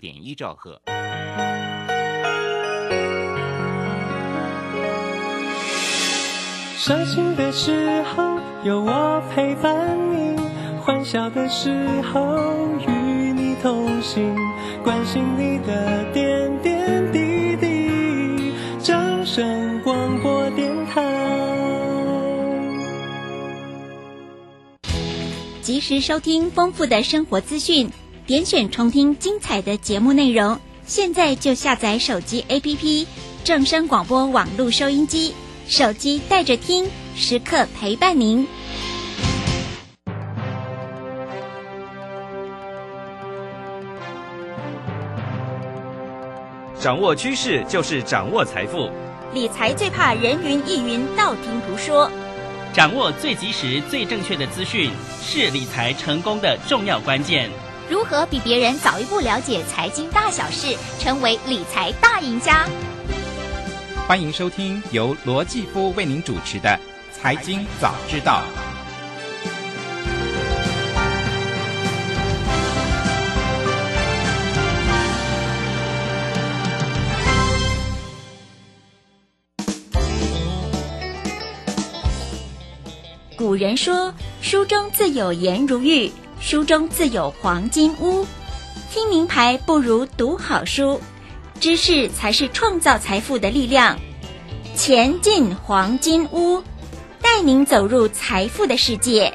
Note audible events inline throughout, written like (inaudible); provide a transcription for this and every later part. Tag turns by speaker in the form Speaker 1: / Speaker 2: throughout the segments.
Speaker 1: 点一兆赫。
Speaker 2: 伤心的时候有我陪伴你，欢笑的时候与你同行，关心你的点点滴滴。掌声广播电台，
Speaker 3: 及时收听丰富的生活资讯，点选重听精彩的节目内容。现在就下载手机 APP 正声广播网络收音机，手机带着听，时刻陪伴您。
Speaker 4: 掌握趋势就是掌握财富，
Speaker 3: 理财最怕人云亦云、道听途说。
Speaker 5: 掌握最及时、最正确的资讯是理财成功的重要关键。
Speaker 3: 如何比别人早一步了解财经大小事，成为理财大赢家？
Speaker 6: 欢迎收听由罗继夫为您主持的《财经早知道》。
Speaker 3: 古人说：“书中自有颜如玉，书中自有黄金屋。”听名牌不如读好书，知识才是创造财富的力量。前进黄金屋，带您走入财富的世界。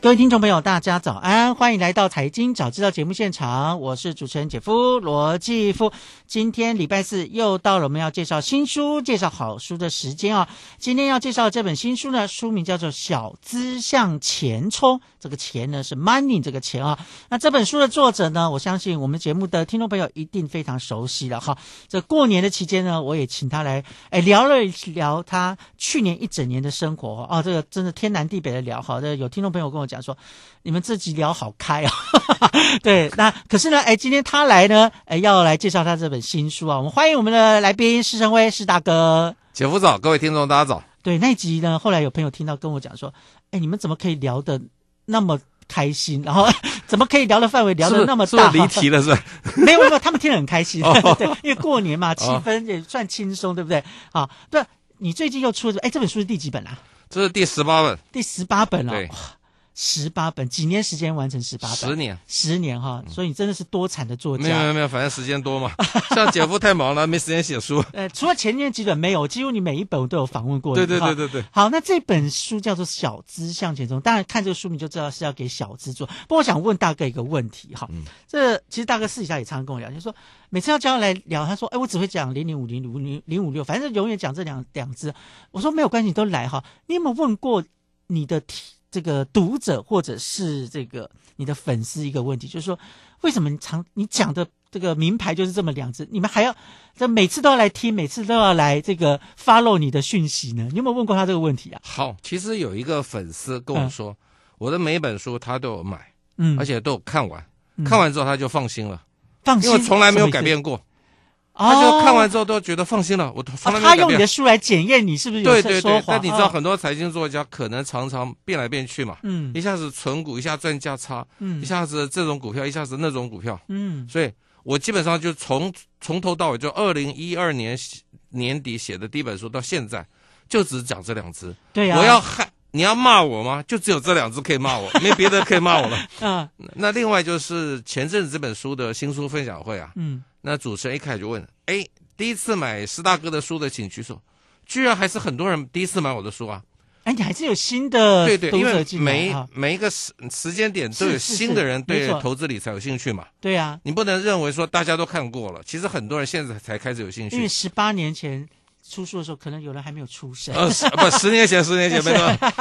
Speaker 7: 各位听众朋友，大家早安，欢迎来到《财经早知道》节目现场，我是主持人姐夫罗继夫。今天礼拜四又到了我们要介绍新书、介绍好书的时间啊、哦！今天要介绍这本新书呢，书名叫做《小资向前冲》，这个钱呢是 money 这个钱啊、哦。那这本书的作者呢，我相信我们节目的听众朋友一定非常熟悉了哈。这过年的期间呢，我也请他来哎聊了聊他去年一整年的生活哦，这个真的天南地北的聊哈。这有听众朋友跟我。讲说，你们自己聊好开啊、哦！ (laughs) 对，那可是呢，哎，今天他来呢，哎，要来介绍他这本新书啊。我们欢迎我们的来宾施成威，施大哥。
Speaker 8: 姐夫早，各位听众大家早。
Speaker 7: 对，那集呢，后来有朋友听到跟我讲说，哎，你们怎么可以聊的那么开心？然后 (laughs) 怎么可以聊的范围聊的那么大？
Speaker 8: 是离
Speaker 6: (laughs)
Speaker 8: 题了是？ (laughs)
Speaker 7: 没有没有，他们听得很开心，
Speaker 8: 哦
Speaker 7: (laughs) 对，因为过年嘛，气氛也算轻松，对不对？
Speaker 8: 哦
Speaker 7: 啊，对，你最近又出了，哎，这本书是第几本啊？
Speaker 8: 这是第十八本。
Speaker 7: 第十八本了、
Speaker 8: 哦。对。
Speaker 7: 十八本，几年时间完成十八本？
Speaker 8: 十年，嗯
Speaker 7: 十年哈，所以你真的是多产的作家。
Speaker 8: 没有没有没有，反正时
Speaker 6: (laughs)
Speaker 8: 间多嘛。像姐夫太忙了，没时间写书。
Speaker 7: 呃，除了前面几本没有，几乎你每一本我都有访问过。
Speaker 8: 对对对对对。
Speaker 7: 好，那这本书叫做《小资向前冲》，当然看这个书名就知道是要给小资做。不过我想问大哥一个问题哈，嗯、这其实大哥私底下也常常跟我聊，就说每次要叫他来聊，他说：“哎，我只会讲零零五零五零零五六，反正永远讲这两两只。”我说：“没有关系，你都来哈。”你有没有问过你的题？这个读者或者是这个你的粉丝一个问题，就是说，为什么你常你讲的这个名牌就是这么两只，你们还要这每次都要来听，每次都要来这个 follow 你的讯息呢？你有没有问过他这个问题啊？
Speaker 8: 好，其实有一个粉丝跟我说，嗯、我的每本书他都有买，嗯，而且都有看完，嗯、看完之后他就放心了，
Speaker 7: 放
Speaker 6: 嗯
Speaker 7: 心，
Speaker 8: 因为从来没有
Speaker 6: (laughs)
Speaker 8: 改
Speaker 6: 哦
Speaker 8: 变过。他就看完之后都觉得放心了，我从来没有、
Speaker 7: 哦啊。他
Speaker 6: 哦
Speaker 7: 用你的书来检验你是不是有
Speaker 8: 对对对，
Speaker 7: 但
Speaker 8: 你
Speaker 6: 嗯
Speaker 8: 知道很多财经作家可能常常变来变去嘛，嗯，一下子存股，一下赚价差，嗯，一下子这种股票，一下子那种股票，嗯，所以我基本上就从从头到尾，就二零一二年年底写的第一本书到现在，就只讲这两只。
Speaker 7: 对呀、啊，
Speaker 8: 我要害你要骂我吗？就只有这两只可以骂我，没别的可以骂我了。嗯，那另外就是前阵子这本书的新书分享会啊，嗯。那主持人一开始就问：“哎，第一次买石大哥的书的，请举手。”居然还是很多人第一次买我的书啊！
Speaker 7: 哎，你还是有新的
Speaker 8: 对对，因为每、
Speaker 7: 啊、
Speaker 8: 每一个时嗯时间点都有新的人对投资理财有兴趣嘛。
Speaker 7: 对啊，
Speaker 8: 你不能认为说大家都看过了，其实很多人现在才开始有兴趣。
Speaker 7: 因为十八年前。出书的时候，可能有人还没有出生。啊
Speaker 8: 呃，不，十年前，十年
Speaker 7: (laughs)
Speaker 8: 前没错。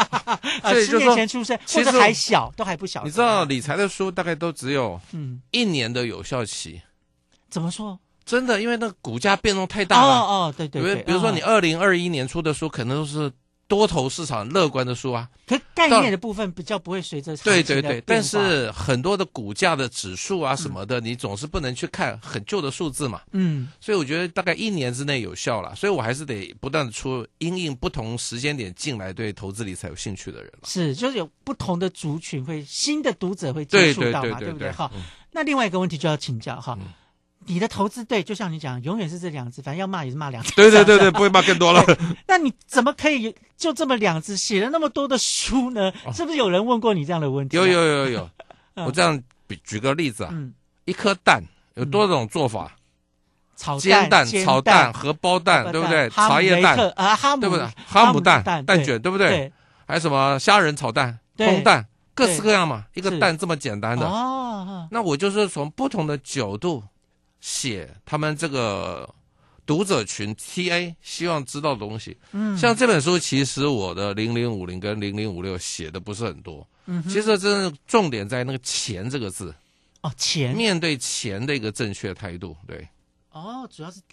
Speaker 8: (laughs) 所以
Speaker 7: 十年前出生，
Speaker 8: 其实
Speaker 7: 还小，都还不小。
Speaker 8: 你知道理财的书大概都只有嗯一年的有效期。
Speaker 7: 怎么说？
Speaker 8: 真的，因为那股价变动太大了。哦
Speaker 7: 哦，对对对。
Speaker 8: 比如说，你二零二一年出的书，可能都是多头市场乐观的书啊。
Speaker 7: 可概念的部分比较不会随着行
Speaker 8: 对
Speaker 7: 情
Speaker 8: 对
Speaker 7: 的
Speaker 8: 对，
Speaker 7: 变
Speaker 8: 但
Speaker 7: 化
Speaker 8: 是很多的股价的指数啊什么的，你总是不能去看很旧的数字嘛。
Speaker 7: 嗯
Speaker 8: 所以我觉得大概一年之内有效了，所以我还是得不断的出因应不同时间点进来对投资理财有兴趣的人了。
Speaker 7: 是就是有不同的族群会新的读者会接
Speaker 8: 对
Speaker 7: 触
Speaker 8: 对
Speaker 7: 到
Speaker 8: 对
Speaker 7: 嘛，
Speaker 8: 对
Speaker 7: 不对？哈，
Speaker 8: 嗯
Speaker 7: 那另外一个问题就要请教哈。
Speaker 8: 嗯
Speaker 7: 你的投资对，就像你讲，永远是这两只，反正要骂也是骂两只。 (laughs)
Speaker 8: 对对对对，不会骂更多了。
Speaker 7: 那你怎么可以就这么两只写了那么多的书呢？是不是有人问过你这样的问
Speaker 8: (laughs)
Speaker 7: 题、
Speaker 8: 哦有有，有有，
Speaker 7: 嗯
Speaker 8: 我这样举举个例子啊，
Speaker 7: 嗯，
Speaker 8: 一颗蛋有多种做法，
Speaker 7: 炒
Speaker 8: 煎
Speaker 7: 蛋、
Speaker 8: 蛋、
Speaker 7: 煎
Speaker 8: 炒蛋、
Speaker 7: 蛋、
Speaker 8: 荷包
Speaker 7: 荷包
Speaker 8: 蛋，对不对？
Speaker 7: 哈姆
Speaker 8: 茶叶
Speaker 7: 雷
Speaker 8: 蛋
Speaker 7: 克，啊，哈姆
Speaker 8: 对不对？
Speaker 7: 哈
Speaker 8: 哈
Speaker 7: 姆
Speaker 8: 姆蛋、
Speaker 7: 蛋
Speaker 8: 蛋
Speaker 7: 对
Speaker 8: 卷，对不对？
Speaker 7: 对
Speaker 8: 还有什么虾仁炒蛋、
Speaker 7: 对
Speaker 8: 烘蛋，各
Speaker 7: 对
Speaker 8: 式各样嘛，一
Speaker 7: 是
Speaker 8: 个蛋这么简单的。
Speaker 7: 哦，
Speaker 8: 那我就是从不同的角度写他们这个读者群 TA 希望知道的东西。
Speaker 7: 嗯，
Speaker 8: 像这本书，其实我的零零五零跟零零五六写的不是很多，
Speaker 7: 嗯哼
Speaker 8: 其实真的重点在那个“钱”这个字，
Speaker 7: 哦钱
Speaker 8: 面对钱的一个正确态度。对，
Speaker 7: 哦，主要是、哦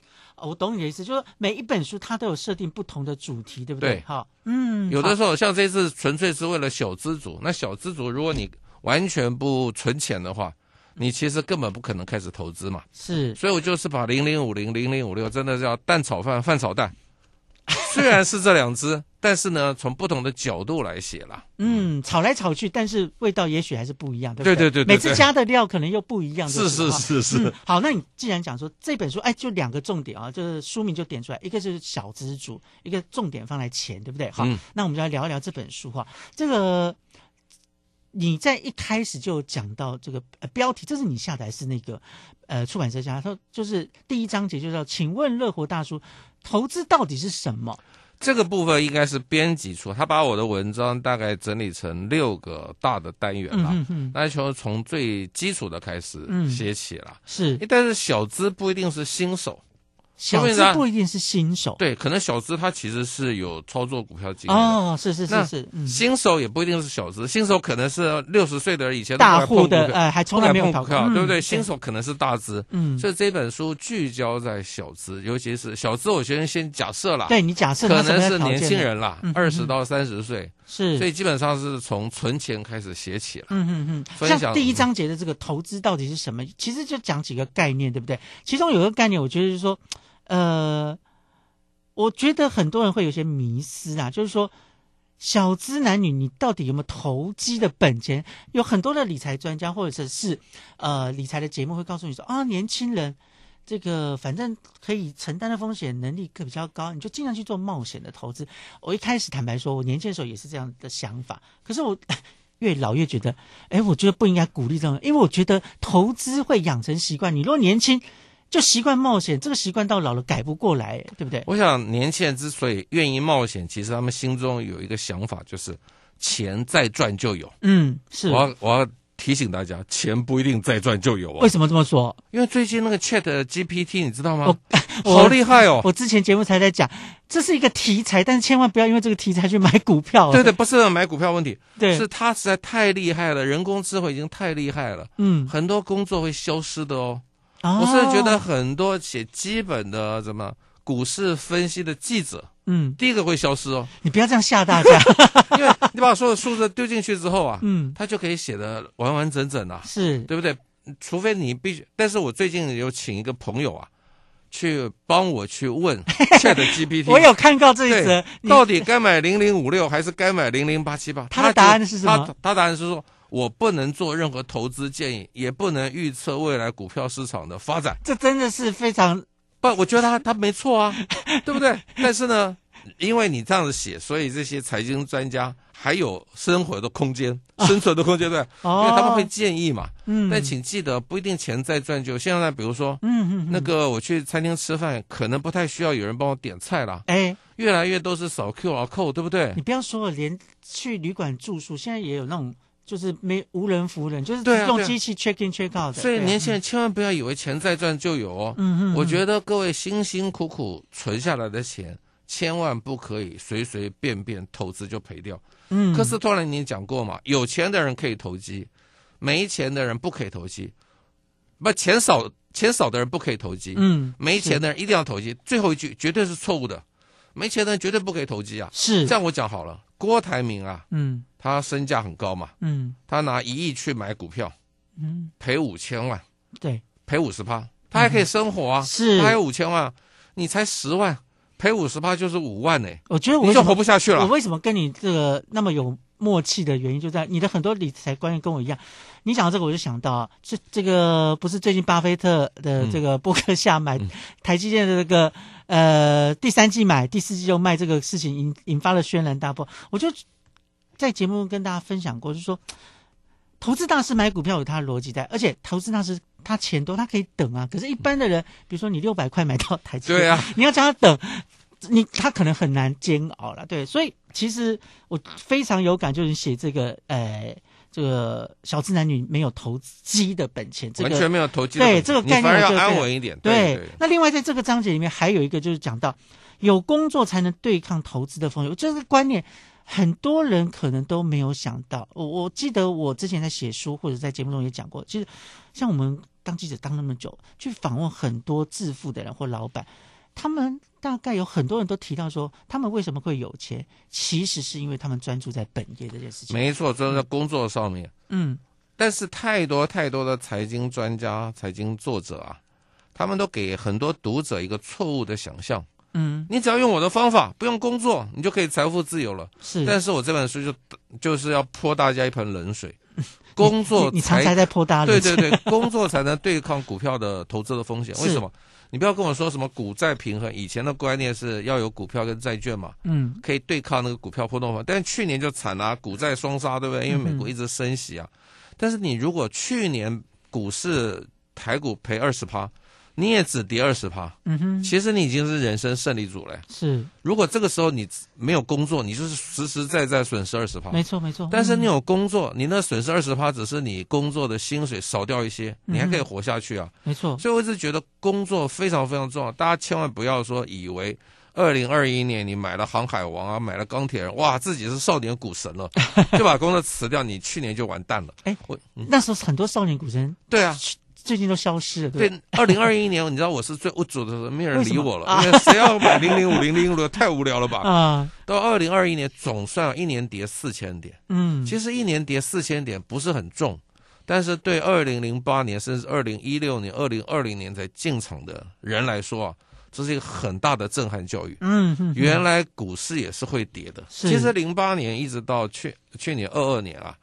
Speaker 7: 我懂你的意思，就是每一本书它都有设定不同的主题，对不对？
Speaker 8: 对
Speaker 7: 哈，嗯，
Speaker 8: 有
Speaker 7: 好
Speaker 8: 的时候像这次纯粹是为了小资族，那小资族如果你完全不存钱的话，你其实根本不可能开始投资嘛。
Speaker 7: 是
Speaker 8: 所以我就是把零零五零、零零五六真的叫蛋炒饭、饭炒蛋， (laughs) 虽然是这两只，但是呢，从不同的角度来写
Speaker 7: (laughs)
Speaker 8: 啦。
Speaker 7: 嗯，炒来炒去，但是味道也许还是不一样，对不对
Speaker 8: 对对对对
Speaker 7: 每次加的料可能又不一样。
Speaker 8: 是
Speaker 7: 对
Speaker 8: 是
Speaker 7: 不对
Speaker 8: 是是
Speaker 7: 啊嗯，好，那你既然讲说这本书，哎，就两个重点啊，就是书名就点出来，一个就是小资主，一个重点放在钱，对不对？好，
Speaker 8: 嗯
Speaker 7: 那我们就来聊一聊这本书哈、这个你在一开始就讲到这个、呃、标题，这是你下载是那个呃出版社家，他说就是第一章节就叫“请问乐活大叔，投资到底是什么
Speaker 8: 这个部分应该是编辑出，他把我的文章大概整理成六个大的单元？”啦。
Speaker 7: 嗯嗯，
Speaker 8: 那就从最基础的开始
Speaker 7: 嗯
Speaker 8: 写起啦。
Speaker 7: 是
Speaker 8: 诶但是小资不一定是新手，
Speaker 7: 小
Speaker 8: 为
Speaker 7: 资
Speaker 8: 啥
Speaker 7: 不一定是新手，
Speaker 8: 对，可能小资他其实是有操作股票经验的。
Speaker 7: 哦，是是是
Speaker 8: 那
Speaker 7: 是，嗯，
Speaker 8: 新手也不一定是小资，新手可能是六十岁的人以前都不
Speaker 7: 大
Speaker 8: 来
Speaker 7: 户
Speaker 8: 碰
Speaker 7: 的
Speaker 8: 股票
Speaker 7: 呃还从来没有
Speaker 8: 碰
Speaker 7: 搞
Speaker 8: 股
Speaker 7: 过
Speaker 8: 票，，啊对不
Speaker 7: 嗯
Speaker 8: 对？新，手可能是大资，
Speaker 7: 嗯，
Speaker 8: 所以这本书聚焦在小资，尤其是小资，我先先假设啦，
Speaker 7: 对你假设
Speaker 8: 可
Speaker 7: 他什么
Speaker 8: 能
Speaker 7: 样
Speaker 8: 是
Speaker 7: 的条
Speaker 8: 年
Speaker 7: 件
Speaker 8: 轻
Speaker 7: 呢，
Speaker 8: 人啦
Speaker 7: 嗯，
Speaker 8: 二十到三十岁，
Speaker 7: 是，
Speaker 8: 所以基本上是从存钱开始写起了。
Speaker 7: 嗯嗯嗯，
Speaker 8: 分
Speaker 7: 像
Speaker 8: 享
Speaker 7: 第一章节的这个投资到底是什么？其实就讲几个概念，对不对？其中有一个概念，我觉得是说，呃，我觉得很多人会有些迷思啊，就是说。小资男女，你到底有没有投机的本钱？有很多的理财专家或者是呃理财的节目会告诉你说啊，年轻人这个反正可以承担的风险能力可比较高，你就尽量去做冒险的投资。我一开始坦白说，我年轻的时候也是这样的想法，可是我 (laughs) 越老越觉得，哎，我觉得不应该鼓励这种，因为我觉得投资会养成习惯。你如果年轻就习惯冒险，这个习惯到老了改不过来，对不对？
Speaker 8: 我想年轻人之所以愿意冒险，其实他们心中有一个想法，就是钱再赚就有。
Speaker 7: 嗯，是
Speaker 8: 我。要我要提醒大家，钱不一定再赚就有
Speaker 7: 为
Speaker 8: 哦，
Speaker 7: 什么这么说？
Speaker 8: 因为最近那个 Chat GPT 你知道吗
Speaker 7: 我？
Speaker 8: 好厉害哦！
Speaker 7: 我之前节目才在讲，这是一个题材，但是千万不要因为这个题材去买股票。啊
Speaker 8: 对对，不是买股票问题，
Speaker 7: 对，
Speaker 8: 是它实在太厉害了，人工智慧已经太厉害了。
Speaker 7: 嗯，
Speaker 8: 很多工作会消失的哦。
Speaker 7: 我
Speaker 8: 我是觉得，很多写基本的怎么股市分析的记者，
Speaker 7: 嗯，
Speaker 8: 第一个会消失
Speaker 7: (laughs)
Speaker 8: 哦，
Speaker 7: 你不要这样吓
Speaker 8: (laughs)
Speaker 7: 大家。
Speaker 8: 因为你把所有数字丢进去之后啊，
Speaker 7: 嗯，
Speaker 8: 他就可以写的完完整整啊，
Speaker 7: 是，
Speaker 8: 对不对？除非你必须，但是我最近有请一个朋友啊，去帮我去问 Chat GPT，
Speaker 7: 我有看到这一则
Speaker 8: 对，，
Speaker 7: 你
Speaker 8: 到底该买零零五六还是该买零零八七八？
Speaker 7: 他的
Speaker 8: 就
Speaker 7: 答案是什么
Speaker 8: 他他答案是说。我不能做任何投资建议，也不能预测未来股票市场的发展。
Speaker 7: 这真的是非常
Speaker 8: 不，我觉得他他没错啊， (laughs) 对不对？但是呢，因为你这样子写，所以这些财经专家还有生活的空间、生存的空间，对不对，
Speaker 7: 哦，
Speaker 8: 因为他们会建议嘛。
Speaker 7: 嗯，
Speaker 8: 但请记得，不一定钱再赚就。现在比如说，
Speaker 7: 嗯嗯嗯
Speaker 8: 那个我去餐厅吃饭，可能不太需要有人帮我点菜啦，
Speaker 7: 哎，
Speaker 8: 越来越都是扫 QR code，对不对
Speaker 7: 你？不要说了，连去旅馆住宿，现在也有那种就是没无人服务人，就是
Speaker 8: 对啊
Speaker 7: 用
Speaker 8: 对啊
Speaker 7: 机器 check in check out 的。
Speaker 8: 所以
Speaker 7: 对啊
Speaker 8: 年轻，人千万不要以为钱再赚就有哦。
Speaker 7: 嗯嗯，
Speaker 8: 我
Speaker 7: 得
Speaker 8: 觉得各位辛辛苦苦存下来的钱，千万不可以随随便便投资就赔掉。
Speaker 7: 嗯，
Speaker 8: 科斯托兰尼讲过嘛，有钱的人可以投机，没钱的人不可以投机。不，钱少钱少的人不可以投机，
Speaker 7: 嗯
Speaker 8: 没钱的人一定要投机。最后一句绝对是错误的，没钱的人绝对不可以投机啊。
Speaker 7: 是
Speaker 8: 这样我讲好了，郭台铭啊，
Speaker 7: 嗯
Speaker 8: 他身价很高嘛，
Speaker 7: 嗯
Speaker 8: 他拿一亿去买股票，
Speaker 7: 嗯，
Speaker 8: 赔五千万，
Speaker 7: 对，嗯
Speaker 8: 赔五十趴，他还可以生活啊，
Speaker 7: 是
Speaker 8: 他还有五千万，你才十万，赔五十趴就是五万呢、
Speaker 7: 我觉得我
Speaker 8: 你
Speaker 7: 为
Speaker 8: 就
Speaker 7: 什么
Speaker 8: 活不下去
Speaker 7: 我
Speaker 8: 了。
Speaker 7: 为什么跟你这个那么有默契的原因，就在你的很多理财观念跟我一样。你讲到这个，我就想到啊，这这个不是最近巴菲特的这个博客下买、
Speaker 8: 嗯
Speaker 7: 台积电的这个呃第三季买，第四季又卖这个事情引引发了轩然大波。我就在节目跟大家分享过，就是说。投资大师买股票有他的逻辑在，而且投资大师他钱多，他可以等啊。可是，一般的人，比如说你六百块买到台积电，
Speaker 8: 对啊，
Speaker 7: 你要叫他等，你他可能很难煎熬了。对，所以其实我非常有感，就是写这个呃，这个小资男女没有投机的本钱，这
Speaker 8: 完
Speaker 7: 个
Speaker 8: 全没有投机的本
Speaker 7: 对
Speaker 8: 钱，
Speaker 7: 这个
Speaker 8: 你
Speaker 7: 概念
Speaker 8: 反而要
Speaker 7: 我就
Speaker 8: 安
Speaker 7: 对
Speaker 8: 稳一点。
Speaker 7: 对
Speaker 8: 对，
Speaker 7: 那另外在这个章节里面还有一个就是讲到，有工作才能对抗投资的风险，这个观念很多人可能都没有想到。我我记得我之前在写书或者在节目中也讲过，其实像我们当记者当那么久，去访问很多致富的人或老板，他们大概有很多人都提到说，他们为什么会有钱，其实是因为他们专注在本业这件事情。
Speaker 8: 没错，就是在工作上面。
Speaker 7: 嗯，
Speaker 8: 但是太多太多的财经专家、财经作者啊，他们都给很多读者一个错误的想象：
Speaker 7: 嗯
Speaker 8: 你只要用我的方法，不用工作，你就可以财富自由了。
Speaker 7: 是。
Speaker 8: 但是我这本书就就是要泼大家一盆冷水，工作
Speaker 7: 嗯你你常
Speaker 8: 才
Speaker 7: 常在泼大
Speaker 8: 对
Speaker 7: 人，
Speaker 8: 对对，工作才能对抗股票的投资的风险。为
Speaker 7: 是
Speaker 8: 什么？你不要跟我说什么股债平衡，以前的观念是要有股票跟债券嘛，
Speaker 7: 嗯
Speaker 8: 可以对抗那个股票波动法。但是去年就惨了、股债双杀，对不对？因为美
Speaker 7: 嗯
Speaker 8: 国一直升息啊。但是你如果去年股市台股赔二十趴，你也只跌二十趴，
Speaker 7: 嗯哼，
Speaker 8: 其实你已经是人生胜利组了。
Speaker 7: 是
Speaker 8: 如果这个时候你没有工作，你就是实实在在损失二十趴。
Speaker 7: 没错没错。
Speaker 8: 但是
Speaker 7: 嗯
Speaker 8: 你有工作，你那损失二十趴，只是你工作的薪水少掉一些，你还可以活下去啊。
Speaker 7: 没错，
Speaker 8: 所以我一直觉得工作非常非常重要，大家千万不要说以为二零二一年你买了航海王啊，买了钢铁人，哇，自己是少年股神了，就把工作辞掉，你去年就完蛋了。
Speaker 7: 哎
Speaker 8: 我
Speaker 7: 那时候很多少年股神
Speaker 8: 对啊，
Speaker 7: 最近都消失了，对
Speaker 8: 对
Speaker 7: 吧，
Speaker 8: 二零二一年你知道我是最无助的时候，没有人
Speaker 7: 为什
Speaker 8: 理
Speaker 7: 么
Speaker 8: 我了，
Speaker 7: 啊
Speaker 8: 因为谁要买零零五零零五太无聊了吧？
Speaker 7: (laughs) 啊，
Speaker 8: 到二零二一年总算一年跌四千点。
Speaker 7: 嗯，
Speaker 8: 其
Speaker 7: 实
Speaker 8: 实一年跌四千点不是很重，但是对二零零八年甚至二零一六年、二零二零年才进场的人来说啊，这是一个很大的震撼教育。
Speaker 7: 嗯，嗯
Speaker 8: (laughs) 原来股市也是会跌的。
Speaker 7: 是
Speaker 8: 其实零八年一直到去去年二二年啊，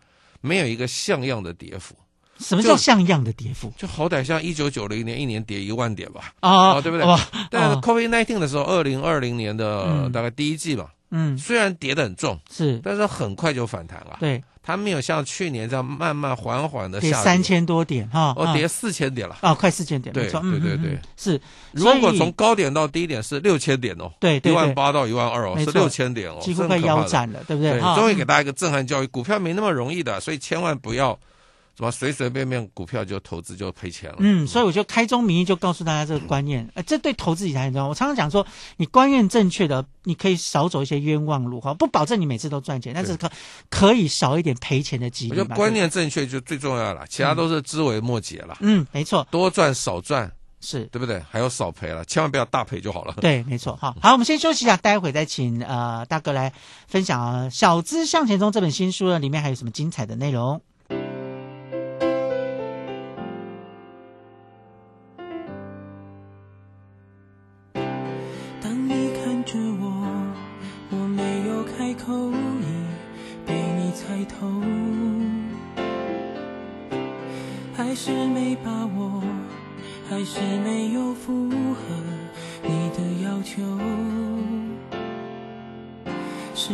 Speaker 8: 没有一个像样的跌幅，
Speaker 7: 什么叫
Speaker 8: 就
Speaker 7: 像样的跌幅
Speaker 8: 就好歹像一九九零年一年跌一万点吧。
Speaker 7: 啊
Speaker 8: 哦对不对
Speaker 7: 哇
Speaker 8: 但是
Speaker 7: 哦
Speaker 8: COVID nineteen 的时候，二零二零年的
Speaker 7: 嗯
Speaker 8: 大概第一季吧，
Speaker 7: 嗯，
Speaker 8: 虽然跌得很重，
Speaker 7: 是，
Speaker 8: 但是很快就反弹了。
Speaker 7: 对，
Speaker 8: 它没有像去年这样慢慢缓缓的
Speaker 7: 跌
Speaker 8: 下
Speaker 7: 三千多点哈，
Speaker 8: 哦，
Speaker 7: 啊
Speaker 8: 跌四千点了。
Speaker 7: 啊，快四千点，
Speaker 8: 对
Speaker 7: 没错，
Speaker 8: 对
Speaker 7: 嗯
Speaker 8: 对，
Speaker 7: 嗯
Speaker 8: 对
Speaker 7: 嗯是，
Speaker 8: 如
Speaker 7: 所以哎
Speaker 8: 果从高点到低点是六千点哦，
Speaker 7: 对
Speaker 8: 一
Speaker 7: 对
Speaker 8: 万
Speaker 7: 对，
Speaker 8: 八到一万二哦，
Speaker 7: 没
Speaker 8: 是
Speaker 7: 错
Speaker 8: 六千点哦，
Speaker 7: 几
Speaker 8: 是
Speaker 7: 乎
Speaker 8: 很
Speaker 7: 快
Speaker 8: 可怕
Speaker 7: 腰
Speaker 8: 的。
Speaker 7: 斩了，对不
Speaker 8: 对
Speaker 7: 对？哈，，
Speaker 8: 终于给
Speaker 7: 嗯
Speaker 8: 大家一个震撼教育，股票没那么容易的，所以千万不要什么随随便便股票就投资就赔钱了。
Speaker 7: 嗯，所以我就开宗明义就告诉大家这个观念，呃，这对投资理财很重要。我常常讲说，你观念正确的，你可以少走一些冤枉路哈，不保证你每次都赚钱，但是可可以少一点赔钱的几
Speaker 8: 我
Speaker 7: 率
Speaker 8: 觉
Speaker 7: 嘛
Speaker 8: 得
Speaker 7: 对
Speaker 8: 观念正确就最重要了，其他都是枝微末节了，
Speaker 7: 嗯，没错，
Speaker 8: 多赚少赚，
Speaker 7: 是。
Speaker 8: 对不对？还有少赔了，千万不要大赔就好了。
Speaker 7: 对，没错哈。好，我们先休息一下，待会再请呃大哥来分享《小资向前冲》这本新书呢，里面还有什么精彩的内容？
Speaker 2: 当你看着我，我没有开口，已被你猜透，还是没把握，还是没有符合你的要求，是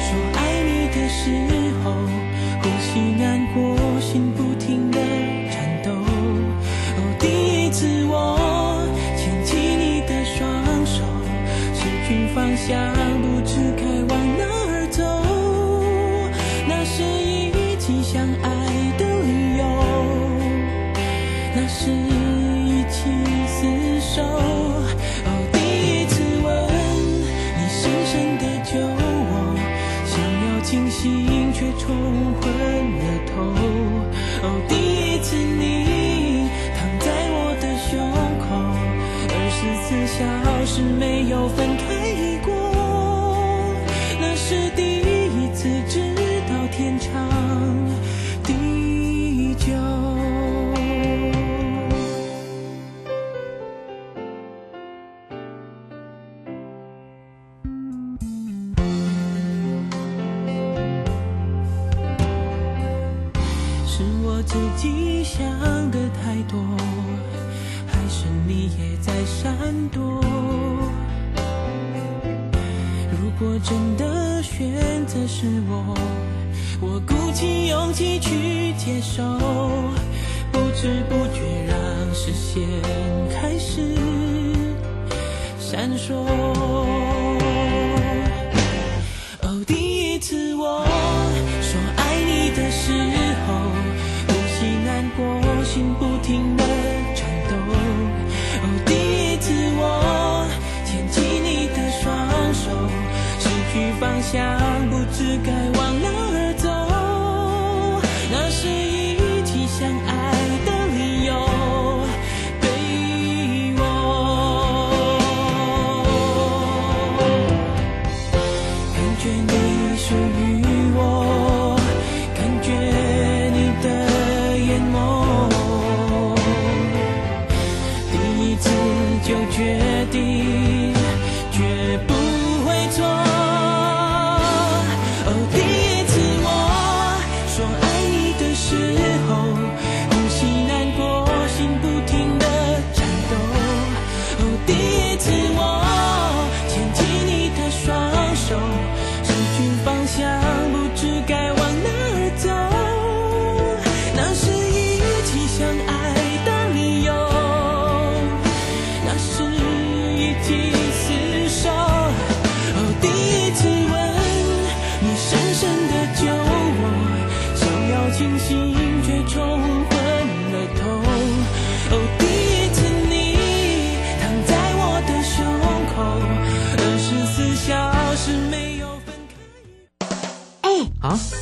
Speaker 2: 说爱你的时候，呼吸难过，心不停的颤抖。哦，第一次我牵起你的双手，失去方向，不知该往哪儿走。还是一起厮守。哦，第一次吻，你深深的揪我，想要清醒却冲昏了头。哦，第一次你躺在我的胸口，二十四小时没有分开过。那是第一次知道天长地久。是我自己想的太多，还是你也在闪躲？如果真的选择是我，我鼓起勇气去接受，不知不觉让视线开始闪烁。哦，第一次我说爱你的时候，呼吸难过，心不停的颤抖。哦，第一次我牵起你的双手，失去方向，不知该往哪儿走。那是一起相爱的理由，给我。感觉你属于我，感觉你的眼眸，第一次就决定，绝不会错。哦，第一次我说爱你的时候，呼吸难过，心不停的颤抖。哦，第一次我牵起你的双手，失去方向，不知该往哪儿走。那是一起相爱的理由，那是一起厮守。哦，第一次吻，你深深的揪我，想要清醒却冲昏了头。哦，第一次你躺在我的胸口，二十四小时没有分开。
Speaker 9: 哎，
Speaker 10: 啊，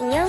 Speaker 11: 饮用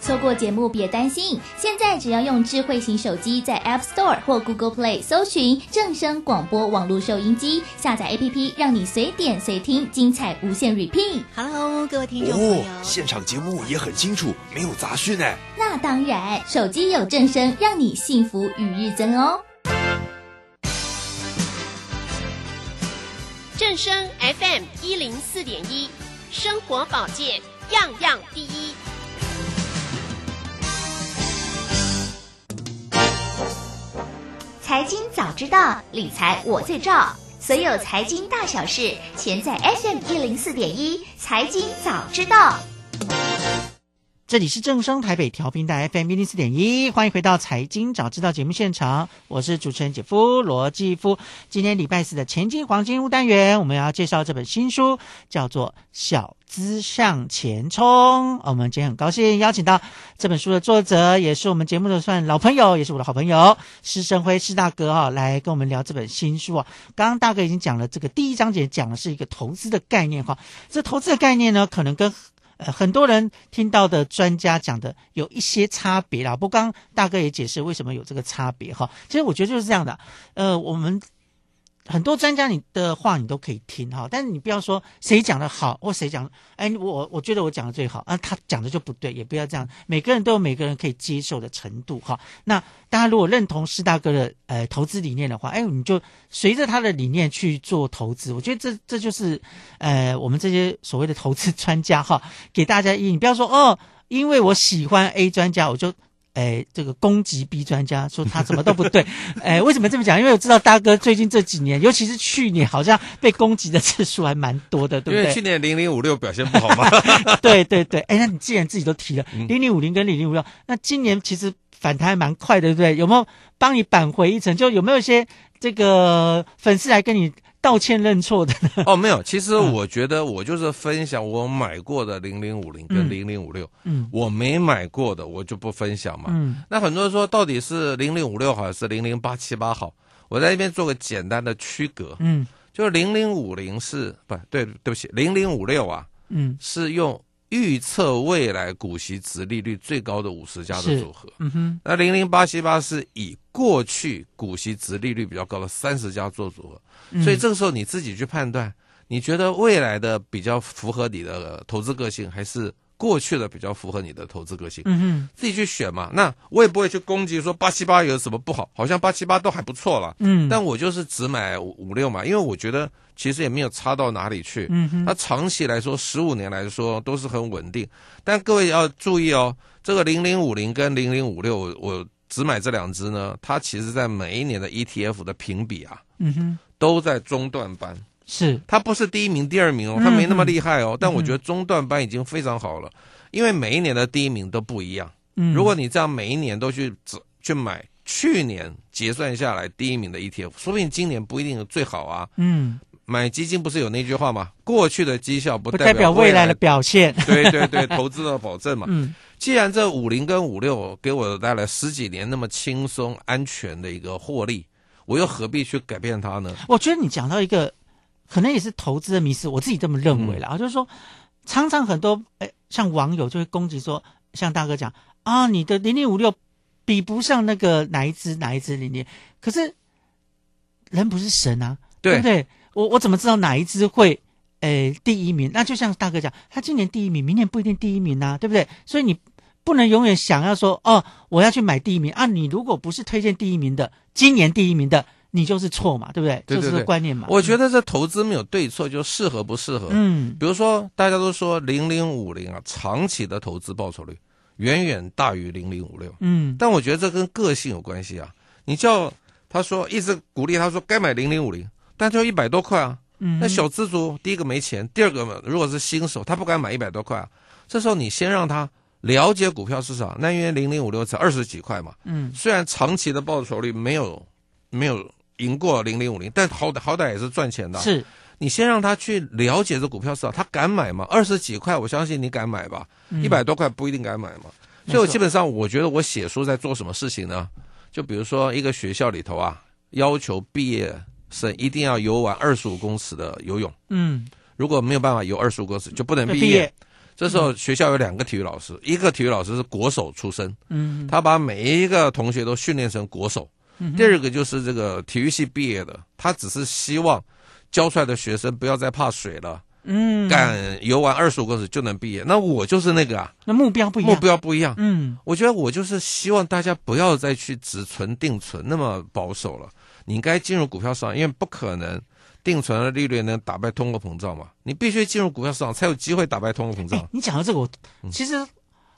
Speaker 12: 错过节目别担心，现在只要用智慧型手机在 App Store 或 Google Play 搜寻“正声广播网络收音机”，下载 APP，让你随点随听，精彩无限 repeat。
Speaker 13: Hello，各位听众朋友，
Speaker 14: 哦，现场节目也很清楚，没有杂讯呢。哎
Speaker 12: 那当然，手机有正声，让你幸福与日增哦。
Speaker 15: 正声 FM 一零四点一，生活保健样样第一。
Speaker 12: 财经早知道，理财我最照。所有财经大小事，全在 FM 一零四点一。财经早知道，
Speaker 7: 这里是正声台北调频台 FM 一零四点一，欢迎回到《财经早知道》节目现场，我是主持人姐夫罗继夫。今天礼拜四的前进黄金屋单元，我们要介绍这本新书，叫做《小资向前冲》。我们今天很高兴邀请到这本书的作者，也是我们节目的算老朋友，也是我的好朋友施生辉施大哥哈、来跟我们聊这本新书啊。刚刚大哥已经讲了这个第一章节，讲的是一个投资的概念哈、这投资的概念呢，可能跟呃，很多人听到的专家讲的有一些差别啦。不过刚刚大哥也解释为什么有这个差别哈。其实我觉得就是这样的，呃，我们很多专家你的话你都可以听哈，但是你不要说谁讲的好或谁讲，哎，我我觉得我讲的最好啊，他讲的就不对，也不要这样。每个人都有每个人可以接受的程度哈。那大家如果认同施大哥的呃投资理念的话，哎，你就随着他的理念去做投资。我觉得这这就是呃我们这些所谓的投资专家哈，给大家意见。你不要说哦，因为我喜欢 A 专家，我就。哎，这个攻击 B 专家说他什么都不对， (laughs) 哎，为什么这么讲？因为我知道大哥最近这几年，尤其是去年，好像被攻击的次数还蛮多的，对不
Speaker 16: 因
Speaker 7: 对？
Speaker 16: 为去年零零五六表现不好嘛， (laughs)
Speaker 7: 对对对，哎，那你既然自己都提了
Speaker 16: 嗯
Speaker 7: 零零五零跟零零五六，那今年其实反弹还蛮快的，对不对？有没有帮你扳回一城？就有没有一些这个粉丝来跟你道歉认错的呢？
Speaker 16: 哦，没有，其实
Speaker 7: 嗯
Speaker 16: 我觉得我就是分享我买过的零零五零跟零零五六，
Speaker 7: 嗯
Speaker 16: 我没买过的我就不分享嘛。
Speaker 7: 嗯
Speaker 16: 那很多人说到底是零零五六好还是零零八七八好？我在那边做个简单的区隔，
Speaker 7: 嗯
Speaker 16: 就是零零五零是不对，对不起，零零五六啊
Speaker 7: 嗯
Speaker 16: 是用预测未来股息值利率最高的五十家的
Speaker 7: 是
Speaker 16: 组合，
Speaker 7: 嗯哼，
Speaker 16: 那零零八七八是以过去股息值利率比较高的三十家做组合，
Speaker 7: 嗯
Speaker 16: 所以这个时候你自己去判断，你觉得未来的比较符合你的投资个性，还是过去的比较符合你的投资个性？
Speaker 7: 嗯哼，
Speaker 16: 自己去选嘛。那我也不会去攻击说八七八有什么不好，好像八七八都还不错了。
Speaker 7: 嗯
Speaker 16: 但我就是只买五五六嘛，因为我觉得其实也没有差到哪里去。
Speaker 7: 嗯哼
Speaker 16: 那长期来说，十五年来说都是很稳定。但各位要注意哦，这个零零五零跟零零五六，我只买这两只呢，它其实在每一年的 ETF 的评比啊，
Speaker 7: 嗯哼，
Speaker 16: 都在中段班。
Speaker 7: 是
Speaker 16: 它不是第一名、第二名哦，
Speaker 7: 嗯
Speaker 16: 它没那么厉害哦。但我觉得中段班已经非常好了，因为每一年的第一名都不一样。
Speaker 7: 嗯
Speaker 16: 如果你这样每一年都去只去买去年结算下来第一名的 ETF，说不定今年不一定最好啊。
Speaker 7: 嗯，
Speaker 16: 买基金不是有那句话吗？过去的绩效不
Speaker 7: 不代表未
Speaker 16: 未
Speaker 7: 来的表
Speaker 16: (laughs)
Speaker 7: 现。
Speaker 16: 对对对，投资的保证嘛。
Speaker 7: 嗯
Speaker 16: 既然这五零跟五六给我带来十几年那么轻松、安全的一个获利，我又何必去改变它呢？
Speaker 7: 我觉得你讲到一个，可能也是投资的迷失，我自己这么认为
Speaker 16: 嗯
Speaker 7: 啦，啊就是说，常常很多哎，像网友就会攻击说，像大哥讲啊，你的零零五六比不上那个哪一只哪一只零零，可是人不是神啊，
Speaker 16: 对
Speaker 7: 不对？我我怎么知道哪一只会？诶，第一名，那就像大哥讲，他今年第一名，明年不一定第一名呐、对不对？所以你不能永远想要说哦，我要去买第一名啊！你如果不是推荐第一名的，今年第一名的，你就是错嘛，对不对？
Speaker 16: 对对
Speaker 7: 这
Speaker 16: 对，
Speaker 7: 是个观念嘛。
Speaker 16: 我觉得这投资没有对错，就适合不适合。
Speaker 7: 嗯
Speaker 16: 比如说大家都说零零五零啊，长期的投资报酬率远远大于零零五六。
Speaker 7: 嗯
Speaker 16: 但我觉得这跟个性有关系啊。你叫他说一直鼓励他说该买零零五零，但就一百多块啊。
Speaker 7: 嗯
Speaker 16: 那小资族第一个没钱，第二个嘛如果是新手，他不敢买一百多块啊。这时候你先让他了解股票市场，那因为零零五六才二十几块嘛，
Speaker 7: 嗯
Speaker 16: 虽然长期的报酬率没有没有赢过零零五零，但好歹好歹也是赚钱的。
Speaker 7: 是，
Speaker 16: 你先让他去了解这股票市场，他敢买吗？二十几块，我相信你敢买吧？
Speaker 7: 嗯
Speaker 16: 一百、多块不一定敢买嘛。
Speaker 7: 没错
Speaker 16: 所以我基本上我觉得我写书在做什么事情呢？就比如说一个学校里头啊，要求毕业生一定要游玩二十五公尺的游泳，
Speaker 7: 嗯
Speaker 16: 如果没有办法游二十五公尺，就不能
Speaker 7: 对
Speaker 16: 毕
Speaker 7: 毕业
Speaker 16: 这时候学校有两个体育老师，一个体育老师是国手出身，
Speaker 7: 嗯
Speaker 16: 他把每一个同学都训练成国手。
Speaker 7: 嗯哼
Speaker 16: 第二个就是这个体育系毕业的，他只是希望教出来的学生不要再怕水了，
Speaker 7: 嗯，
Speaker 16: 敢游玩二十五公尺就能毕业。那我就是那个啊，
Speaker 7: 那目标不一样，
Speaker 16: 目标不一样。
Speaker 7: 嗯
Speaker 16: 我觉得我就是希望大家不要再去只存定存那么保守了，你应该进入股票市场，因为不可能定存的利率能打败通货膨胀嘛？你必须进入股票市场才有机会打败通货
Speaker 7: (laughs)
Speaker 16: 膨胀。
Speaker 7: 你讲到这个，我
Speaker 16: 嗯
Speaker 7: 其实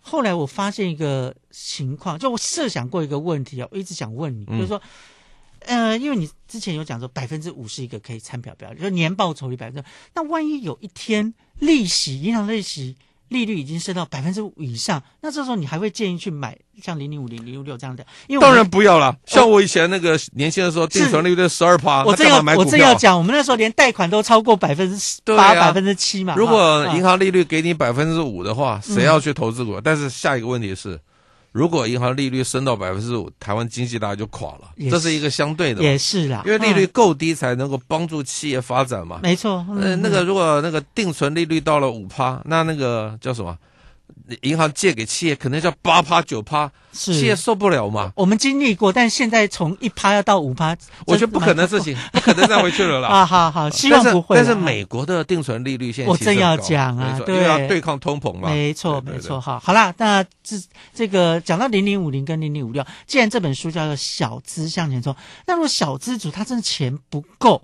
Speaker 7: 后来我发现一个情况，就我设想过一个问题啊，我一直想问你，
Speaker 16: 嗯
Speaker 7: 就是说，呃，因为你之前有讲说百分之五是一个可以参表标，就是年报酬率百分之，那万一有一天利息银行利息利率已经升到百分之五以上，那这时候你还会建议去买像零零五零零六六这样的？因为我
Speaker 16: 当然不要啦，像我以前那个年轻的时候，定存利率十二趴，
Speaker 7: 我
Speaker 16: 啊那
Speaker 7: 正
Speaker 16: 干
Speaker 7: 要
Speaker 16: 嘛买股
Speaker 7: 我
Speaker 16: 票
Speaker 7: 正要讲，我们那时候连贷款都超过百分之
Speaker 16: 对
Speaker 7: 八、
Speaker 16: 啊
Speaker 7: 百分之七嘛。
Speaker 16: 如果
Speaker 7: 哈啊
Speaker 16: 银行利率给你百分之五的话，
Speaker 7: 嗯
Speaker 16: 谁要去投资股？但是下一个问题是，如果银行利率升到百分之五，台湾经济大家就垮了
Speaker 7: 也，
Speaker 16: 这是一个相对的嘛，
Speaker 7: 也是啦，
Speaker 16: 因为利率
Speaker 7: 嗯
Speaker 16: 够低才能够帮助企业发展嘛。
Speaker 7: 没错，嗯
Speaker 16: 呃，那个如果那个定存利率到了五趴，那那个叫什么？银行借给企业可能叫八趴九趴，
Speaker 7: 是
Speaker 16: 企业受不了嘛？
Speaker 7: 我们经历过，但现在从一趴要到五趴，
Speaker 16: 我觉得不可能的事情，不可能再回去了啦。
Speaker 7: (laughs) 啊好好希望
Speaker 16: 但是
Speaker 7: 不会啦
Speaker 16: 但是美国的定存利率现在
Speaker 7: 我
Speaker 16: 其实
Speaker 7: 正要
Speaker 16: 很高
Speaker 7: 讲啊
Speaker 16: 没错
Speaker 7: 对
Speaker 16: 因为要对抗通膨嘛。
Speaker 7: 没错，
Speaker 16: 对
Speaker 7: 没
Speaker 16: 对
Speaker 7: 错，哈，好啦，那这这个讲到零零五零跟零零五六，既然这本书叫做《小资向前冲》，那如果小资主他真的钱不够，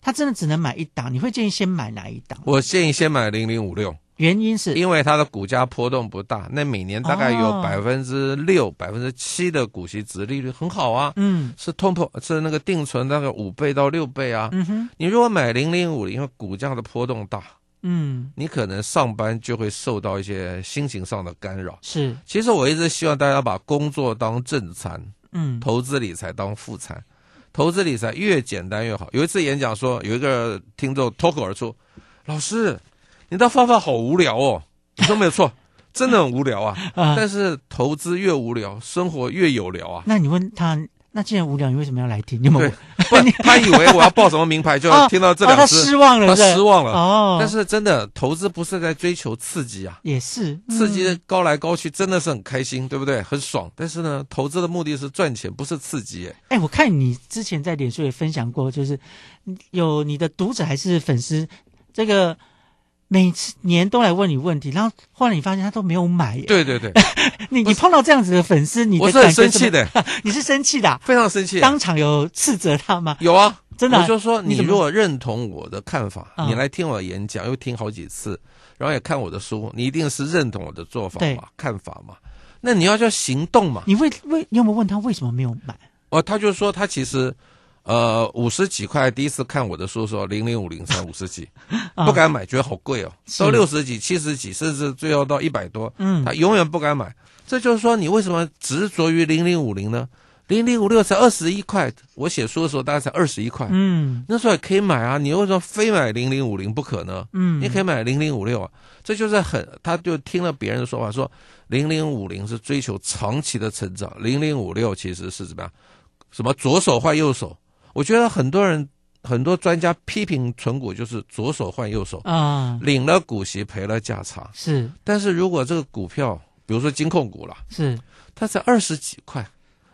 Speaker 7: 他真的只能买一档，你会建议先买哪一档？
Speaker 16: 我建议先买零零五六，
Speaker 7: 原因是
Speaker 16: 因为它的股价波动不大，那每年大概有
Speaker 7: 哦
Speaker 16: 百分之六、百分之七的股息值利率，很好啊。
Speaker 7: 嗯，
Speaker 16: 是通膨，是那个定存大概五倍到六倍啊。
Speaker 7: 嗯哼，
Speaker 16: 你如果买零零五，因为股价的波动大，
Speaker 7: 嗯，
Speaker 16: 你可能上班就会受到一些心情上的干扰。
Speaker 7: 是，
Speaker 16: 其实我一直希望大家把工作当正餐，
Speaker 7: 嗯
Speaker 16: 投资理财当副餐，投资理财越简单越好。有一次演讲说，有一个听众脱口而出：“老师，你的方法好无聊哦。” (laughs) 你说没有错，真的很无聊啊。
Speaker 7: 啊
Speaker 16: 但是投资越无聊，生活越有
Speaker 7: (laughs)
Speaker 16: 聊啊。
Speaker 7: 那你问他，那既然无聊，你为什么要来听？你有没有
Speaker 16: 对？不，他以为我要报什么名牌，就
Speaker 7: 哦
Speaker 16: 听到这
Speaker 7: 哦
Speaker 16: 两
Speaker 7: 他
Speaker 16: 字，
Speaker 7: 失望了
Speaker 16: 他
Speaker 7: 是不是
Speaker 16: 失望了。
Speaker 7: 哦
Speaker 16: 但是真的，投资不是在追求刺激啊，
Speaker 7: 也是嗯
Speaker 16: 刺激高来高去真的是很开心，对不对？很爽。但是呢，投资的目的是赚钱，不是刺激耶。
Speaker 7: 哎、我看你之前在脸书也分享过，就是有你的读者还是粉丝，这个每次年都来问你问题，然后后来你发现他都没有买耶。
Speaker 16: 对对对，
Speaker 7: 你你碰到这样子的粉丝， (laughs) 你的
Speaker 16: 我是很
Speaker 7: 感觉
Speaker 16: 生
Speaker 7: 怎么
Speaker 16: 气
Speaker 7: (laughs)
Speaker 16: 的，
Speaker 7: 你是生气的啊、
Speaker 16: 非常生气
Speaker 7: 当场有斥责他吗？
Speaker 16: 有啊，
Speaker 7: (laughs) 真的啊
Speaker 16: 我就说，
Speaker 7: 你
Speaker 16: 你
Speaker 7: 怎么
Speaker 16: 如果认同我的看法，
Speaker 7: 嗯
Speaker 16: 你来听我演讲，又听好几次，然后也看我的书，你一定是认同我的做法
Speaker 7: 对
Speaker 16: 嘛、看法嘛。那你要叫行动嘛。
Speaker 7: 你为为你有没有问他为什么没有买？
Speaker 16: 哦，他就说他其实，呃，五十几块第一次看我的书的时候，零零五零才五十几，
Speaker 7: (laughs) 啊
Speaker 16: 不敢买，觉得好贵哦，
Speaker 7: 是
Speaker 16: 到六十几、七十几，甚至最后到一百多，
Speaker 7: 嗯
Speaker 16: 他永远不敢买。这就是说，你为什么执着于零零五零呢？零零五六才二十一块，我写书的时候大概才二十一块，
Speaker 7: 嗯
Speaker 16: 那时候也可以买啊，你为什么非买零零五零不可呢？
Speaker 7: 嗯
Speaker 16: 你可以买零零五六啊，这就是很，他就听了别人的说法，说零零五零是追求长期的成长，零零五六其实是怎么样？什么左手换右手？我觉得很多人很多专家批评存股就是左手换右手，
Speaker 7: 啊，
Speaker 16: 领了股息赔了价差。
Speaker 7: 是
Speaker 16: 但是如果这个股票，比如说金控股啦，
Speaker 7: 是，
Speaker 16: 它才二十几块，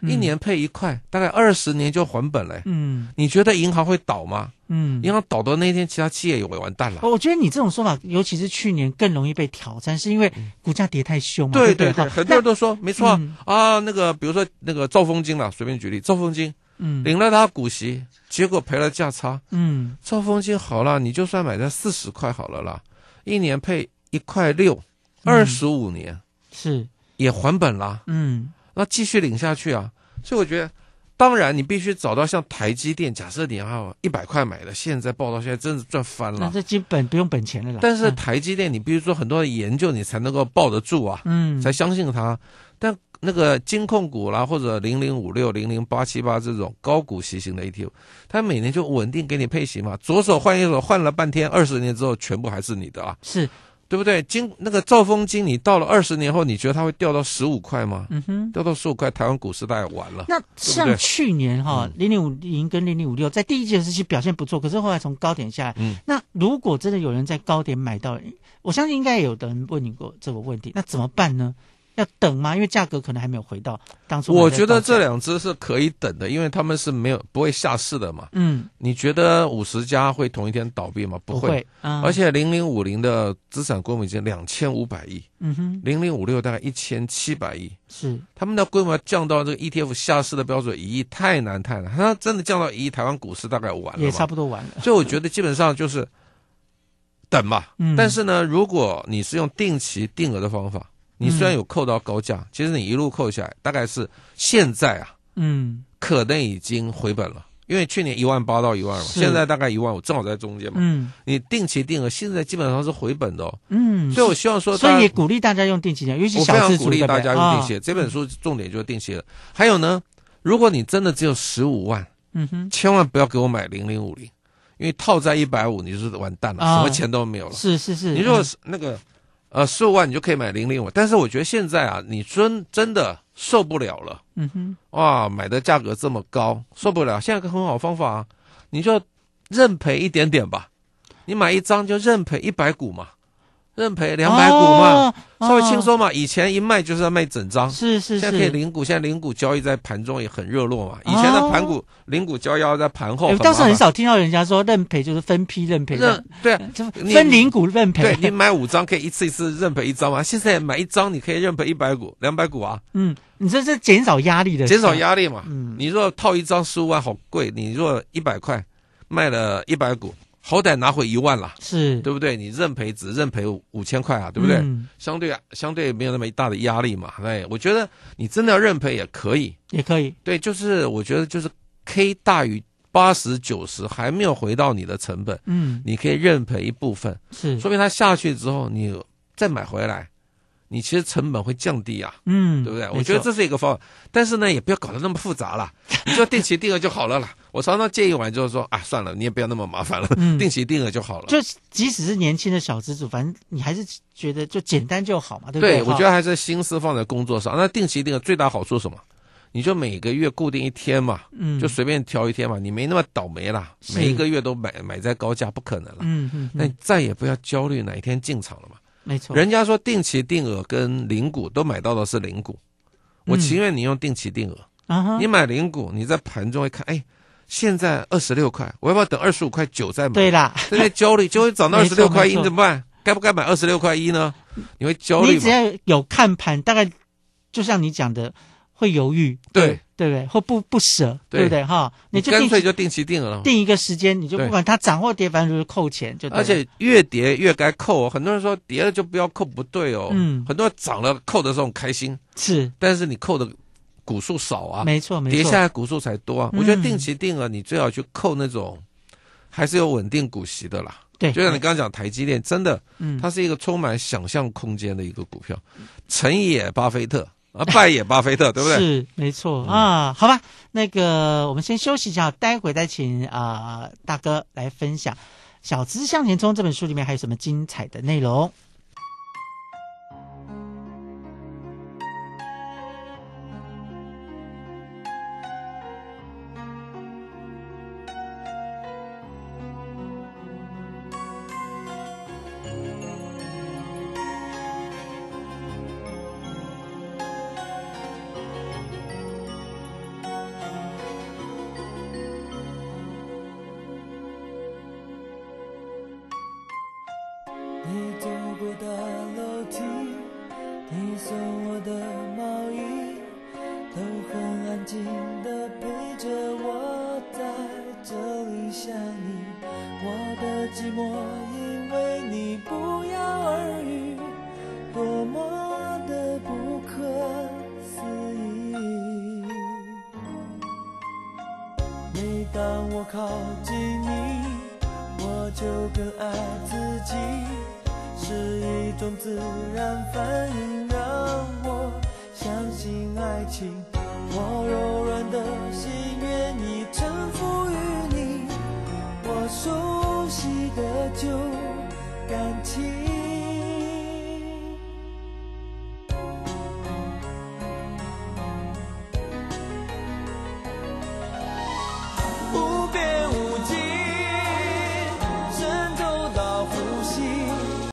Speaker 16: 一
Speaker 7: 嗯
Speaker 16: 年配一块，大概二十年就还本了。
Speaker 7: 嗯
Speaker 16: 你觉得银行会倒吗？
Speaker 7: 嗯。
Speaker 16: 银行倒的那天，其他企业也完蛋了。
Speaker 7: 哦我觉得你这种说法，尤其是去年更容易被挑战，是因为股价跌太凶嘛。
Speaker 16: 嗯
Speaker 7: 对
Speaker 16: 对对
Speaker 7: 不
Speaker 16: 对，
Speaker 7: 哈
Speaker 16: 很多人都说没错啊
Speaker 7: 嗯
Speaker 16: 啊。那个比如说那个兆丰金啦，随便举例，兆丰金
Speaker 7: 嗯
Speaker 16: 领了他股息，结果赔了价差。
Speaker 7: 嗯
Speaker 16: 兆丰金好了，你就算买在四十块好了啦，一年配一块六，二十五
Speaker 7: 嗯
Speaker 16: 年
Speaker 7: 是
Speaker 16: 也还本啦，
Speaker 7: 嗯
Speaker 16: 那继续领下去啊。所以我觉得。当然，你必须找到像台积电，假设你要一百块买的，现在报到现在真是赚翻
Speaker 7: 那
Speaker 16: 了。
Speaker 7: 这基本不用本钱了啦。
Speaker 16: 但是
Speaker 7: 嗯
Speaker 16: 台积电，你必须做很多的研究，你才能够抱得住啊。
Speaker 7: 嗯
Speaker 16: 才相信它。但那个金控股啦，或者零零五六、零零八七八这种高股息型的 ETF，它每年就稳定给你配息嘛，左手换右手换了半天，二十年之后全部还是你的啊，
Speaker 7: 是
Speaker 16: 对不对？金那个兆丰金，你到了二十年后，你觉得它会掉到十五块吗？
Speaker 7: 嗯哼。
Speaker 16: 掉到十五块，台湾股市大概完了。
Speaker 7: 那
Speaker 16: 对嗯
Speaker 7: 像
Speaker 16: 不对
Speaker 7: 去年哈零零五零跟零零五六在第一季的时期表现不错，可是后来从高点下来。
Speaker 16: 嗯
Speaker 7: 那如果真的有人在高点买到，我相信应该有的人问你过这个问题，那怎么办呢？要等吗？因为价格可能还没有回到当初买的
Speaker 16: 我
Speaker 7: 到
Speaker 16: 觉得这
Speaker 7: 价
Speaker 16: 两只是可以等的，因为他们是没有不会下市的嘛。
Speaker 7: 嗯，
Speaker 16: 你觉得五十家会同一天倒闭吗？不
Speaker 7: 不会啊
Speaker 16: 而且零零五零的资产规模已经两千五百亿，
Speaker 7: 嗯哼，
Speaker 16: 零零五六大概一千七百亿，
Speaker 7: 是
Speaker 16: 他们的规模降到这个 ETF 下市的标准一亿，太难太难。它真的降到一亿，台湾股市大概完了嘛
Speaker 7: 也差不多完了。
Speaker 16: 所以我觉得基本上就是等嘛。
Speaker 7: 嗯
Speaker 16: 但是呢，如果你是用定期定额的方法，你虽
Speaker 7: 嗯
Speaker 16: 然有扣到高价，其实你一路扣下来，大概是现在啊，
Speaker 7: 嗯
Speaker 16: 可能已经回本了。因为去年一万八到一万嘛，
Speaker 7: 是
Speaker 16: 现在大概一万五，正好在中间嘛。
Speaker 7: 嗯，
Speaker 16: 你定期定额现在基本上是回本的、哦，
Speaker 7: 嗯，
Speaker 16: 所以我希望说
Speaker 7: 所
Speaker 16: 大家
Speaker 7: 以也鼓励大家用定期定，尤其
Speaker 16: 我非
Speaker 7: 小
Speaker 16: 常
Speaker 7: 资
Speaker 16: 鼓
Speaker 7: 族
Speaker 16: 励
Speaker 7: 对不
Speaker 16: 大
Speaker 7: 对
Speaker 16: 家用定
Speaker 7: 啊
Speaker 16: 期，这本书重点就是定期了。还有呢，如果你真的只有十五万，
Speaker 7: 嗯哼，
Speaker 16: 千万不要给我买零零五零，因为套在一百五你就是完蛋了，
Speaker 7: 啊
Speaker 16: 什么钱都没有了。
Speaker 7: 是是是
Speaker 16: 你如果
Speaker 7: 嗯
Speaker 16: 是那个呃十五万，你就可以买零零五，但是我觉得现在啊，你真真的受不了了，
Speaker 7: 嗯哼，
Speaker 16: 哇，啊买的价格这么高，受不了。现在有个很好的方法啊，你就认赔一点点吧，你买一张就认赔一百股嘛。认赔两百股嘛
Speaker 7: 哦，
Speaker 16: 稍微轻松嘛。以前一卖就是要卖整张，
Speaker 7: 是是
Speaker 16: 现在可以
Speaker 7: 是
Speaker 16: 零股，现在零股交易在盘中也很热络嘛。以前的盘股零股交易要在盘后
Speaker 7: 哎
Speaker 16: 很
Speaker 7: 我
Speaker 16: 麻
Speaker 7: 倒
Speaker 16: 烦，
Speaker 7: 是很少听到人家说认赔就是分批认赔
Speaker 16: 认
Speaker 7: 的，哎
Speaker 16: 对啊
Speaker 7: 就
Speaker 16: 你
Speaker 7: 分零股认赔
Speaker 16: 对。你买五张可以一次一次认赔一张嘛，啊现在买一张你可以认赔一百股、两百股啊，
Speaker 7: 嗯，你这是减少压力的，
Speaker 16: 减少压力嘛。
Speaker 7: 嗯
Speaker 16: 你若套一张十五万好贵，你若一百块卖了一百股，好歹拿回一万啦，
Speaker 7: 是
Speaker 16: 对不对？你认赔只认赔五千块啊，对不对？
Speaker 7: 嗯
Speaker 16: 相对啊，相对没有那么大的压力嘛。哎，我觉得你真的要认赔也可以，
Speaker 7: 也可以。
Speaker 16: 对，就是我觉得就是 K 大于八十九十还没有回到你的成本，
Speaker 7: 嗯
Speaker 16: 你可以认赔一部分，
Speaker 7: 是
Speaker 16: 说明它下去之后你再买回来，你其实成本会降低啊，
Speaker 7: 嗯
Speaker 16: 对不对？
Speaker 7: 没
Speaker 16: 我觉得
Speaker 7: 错
Speaker 16: 这是一个方法，但是呢，也不要搞得那么复杂了，
Speaker 7: (laughs)
Speaker 16: 你就定期定额就好了啦。我常常建议完之后说啊，算了，你也不要那么麻烦了，
Speaker 7: 嗯
Speaker 16: 定期定额就好了。
Speaker 7: 就即使是年轻的小资主，反正你还是觉得就简单就好嘛，对不
Speaker 16: 对，
Speaker 7: 对？
Speaker 16: 我
Speaker 7: 哈
Speaker 16: 觉得还是心思放在工作上。那定期定额最大好处是什么？你就每个月固定一天嘛，
Speaker 7: 嗯
Speaker 16: 就随便挑一天嘛，你没那么倒霉啦。
Speaker 7: 是
Speaker 16: 每一个月都买买在高价，不可能了。
Speaker 7: 嗯嗯嗯
Speaker 16: 那你再也不要焦虑哪一天进场了嘛。
Speaker 7: 没错，
Speaker 16: 人家说定期定额跟零股都买到的是零股，我
Speaker 7: 嗯
Speaker 16: 情愿你用定期定额。
Speaker 7: 啊哈
Speaker 16: 你买零股，你在盘中会看，哎，现在二十六块，我要不要等二十五块九再买？
Speaker 7: 对啦
Speaker 16: 在那焦虑，就会涨到二
Speaker 7: 没
Speaker 16: 十
Speaker 7: 错
Speaker 16: 六块一，
Speaker 7: 没错
Speaker 16: 你怎么办？该不该买二十六块一呢？你会焦虑
Speaker 7: 你
Speaker 16: 嘛
Speaker 7: 只？要有看盘，大概就像你讲的，会犹豫，
Speaker 16: 对
Speaker 7: 对不对？或不不舍，
Speaker 16: 对
Speaker 7: 对不对？哈，
Speaker 16: 你
Speaker 7: 就
Speaker 16: 干
Speaker 7: 定
Speaker 16: 脆
Speaker 7: 期
Speaker 16: 就定期定额了。
Speaker 7: 定一个时间，你就
Speaker 16: 对
Speaker 7: 不管它涨或跌，反正就是扣钱就对了。
Speaker 16: 而且越跌越该扣、哦，很多人说跌了就不要扣，不对哦。
Speaker 7: 嗯
Speaker 16: 很多人涨了扣的时候很开心，
Speaker 7: 是
Speaker 16: 但是你扣的股数少啊，
Speaker 7: 没错没错
Speaker 16: 跌下来股数才多啊。
Speaker 7: 嗯
Speaker 16: 我觉得定期定额你最好去扣那种还是有稳定股息的啦。
Speaker 7: 对
Speaker 16: 就像你刚刚讲台积电，真的，
Speaker 7: 嗯
Speaker 16: 它是一个充满想象空间的一个股票，成也巴菲特啊，败也巴菲特，对不嗯对？
Speaker 7: 是没错啊，好吧，那个我们先休息一下，待会再请啊、大哥来分享《小资向前冲》这本书里面还有什么精彩的内容。
Speaker 2: 你走过的楼梯，你送我的毛衣，都很安静的陪着我在这里想你。我的寂寞因为你不药而愈，多么的不可思议。每当我靠近你。我就更爱自己，是一种自然反应，让我相信爱情。我柔软的心愿意臣服于你，我熟悉的旧感情。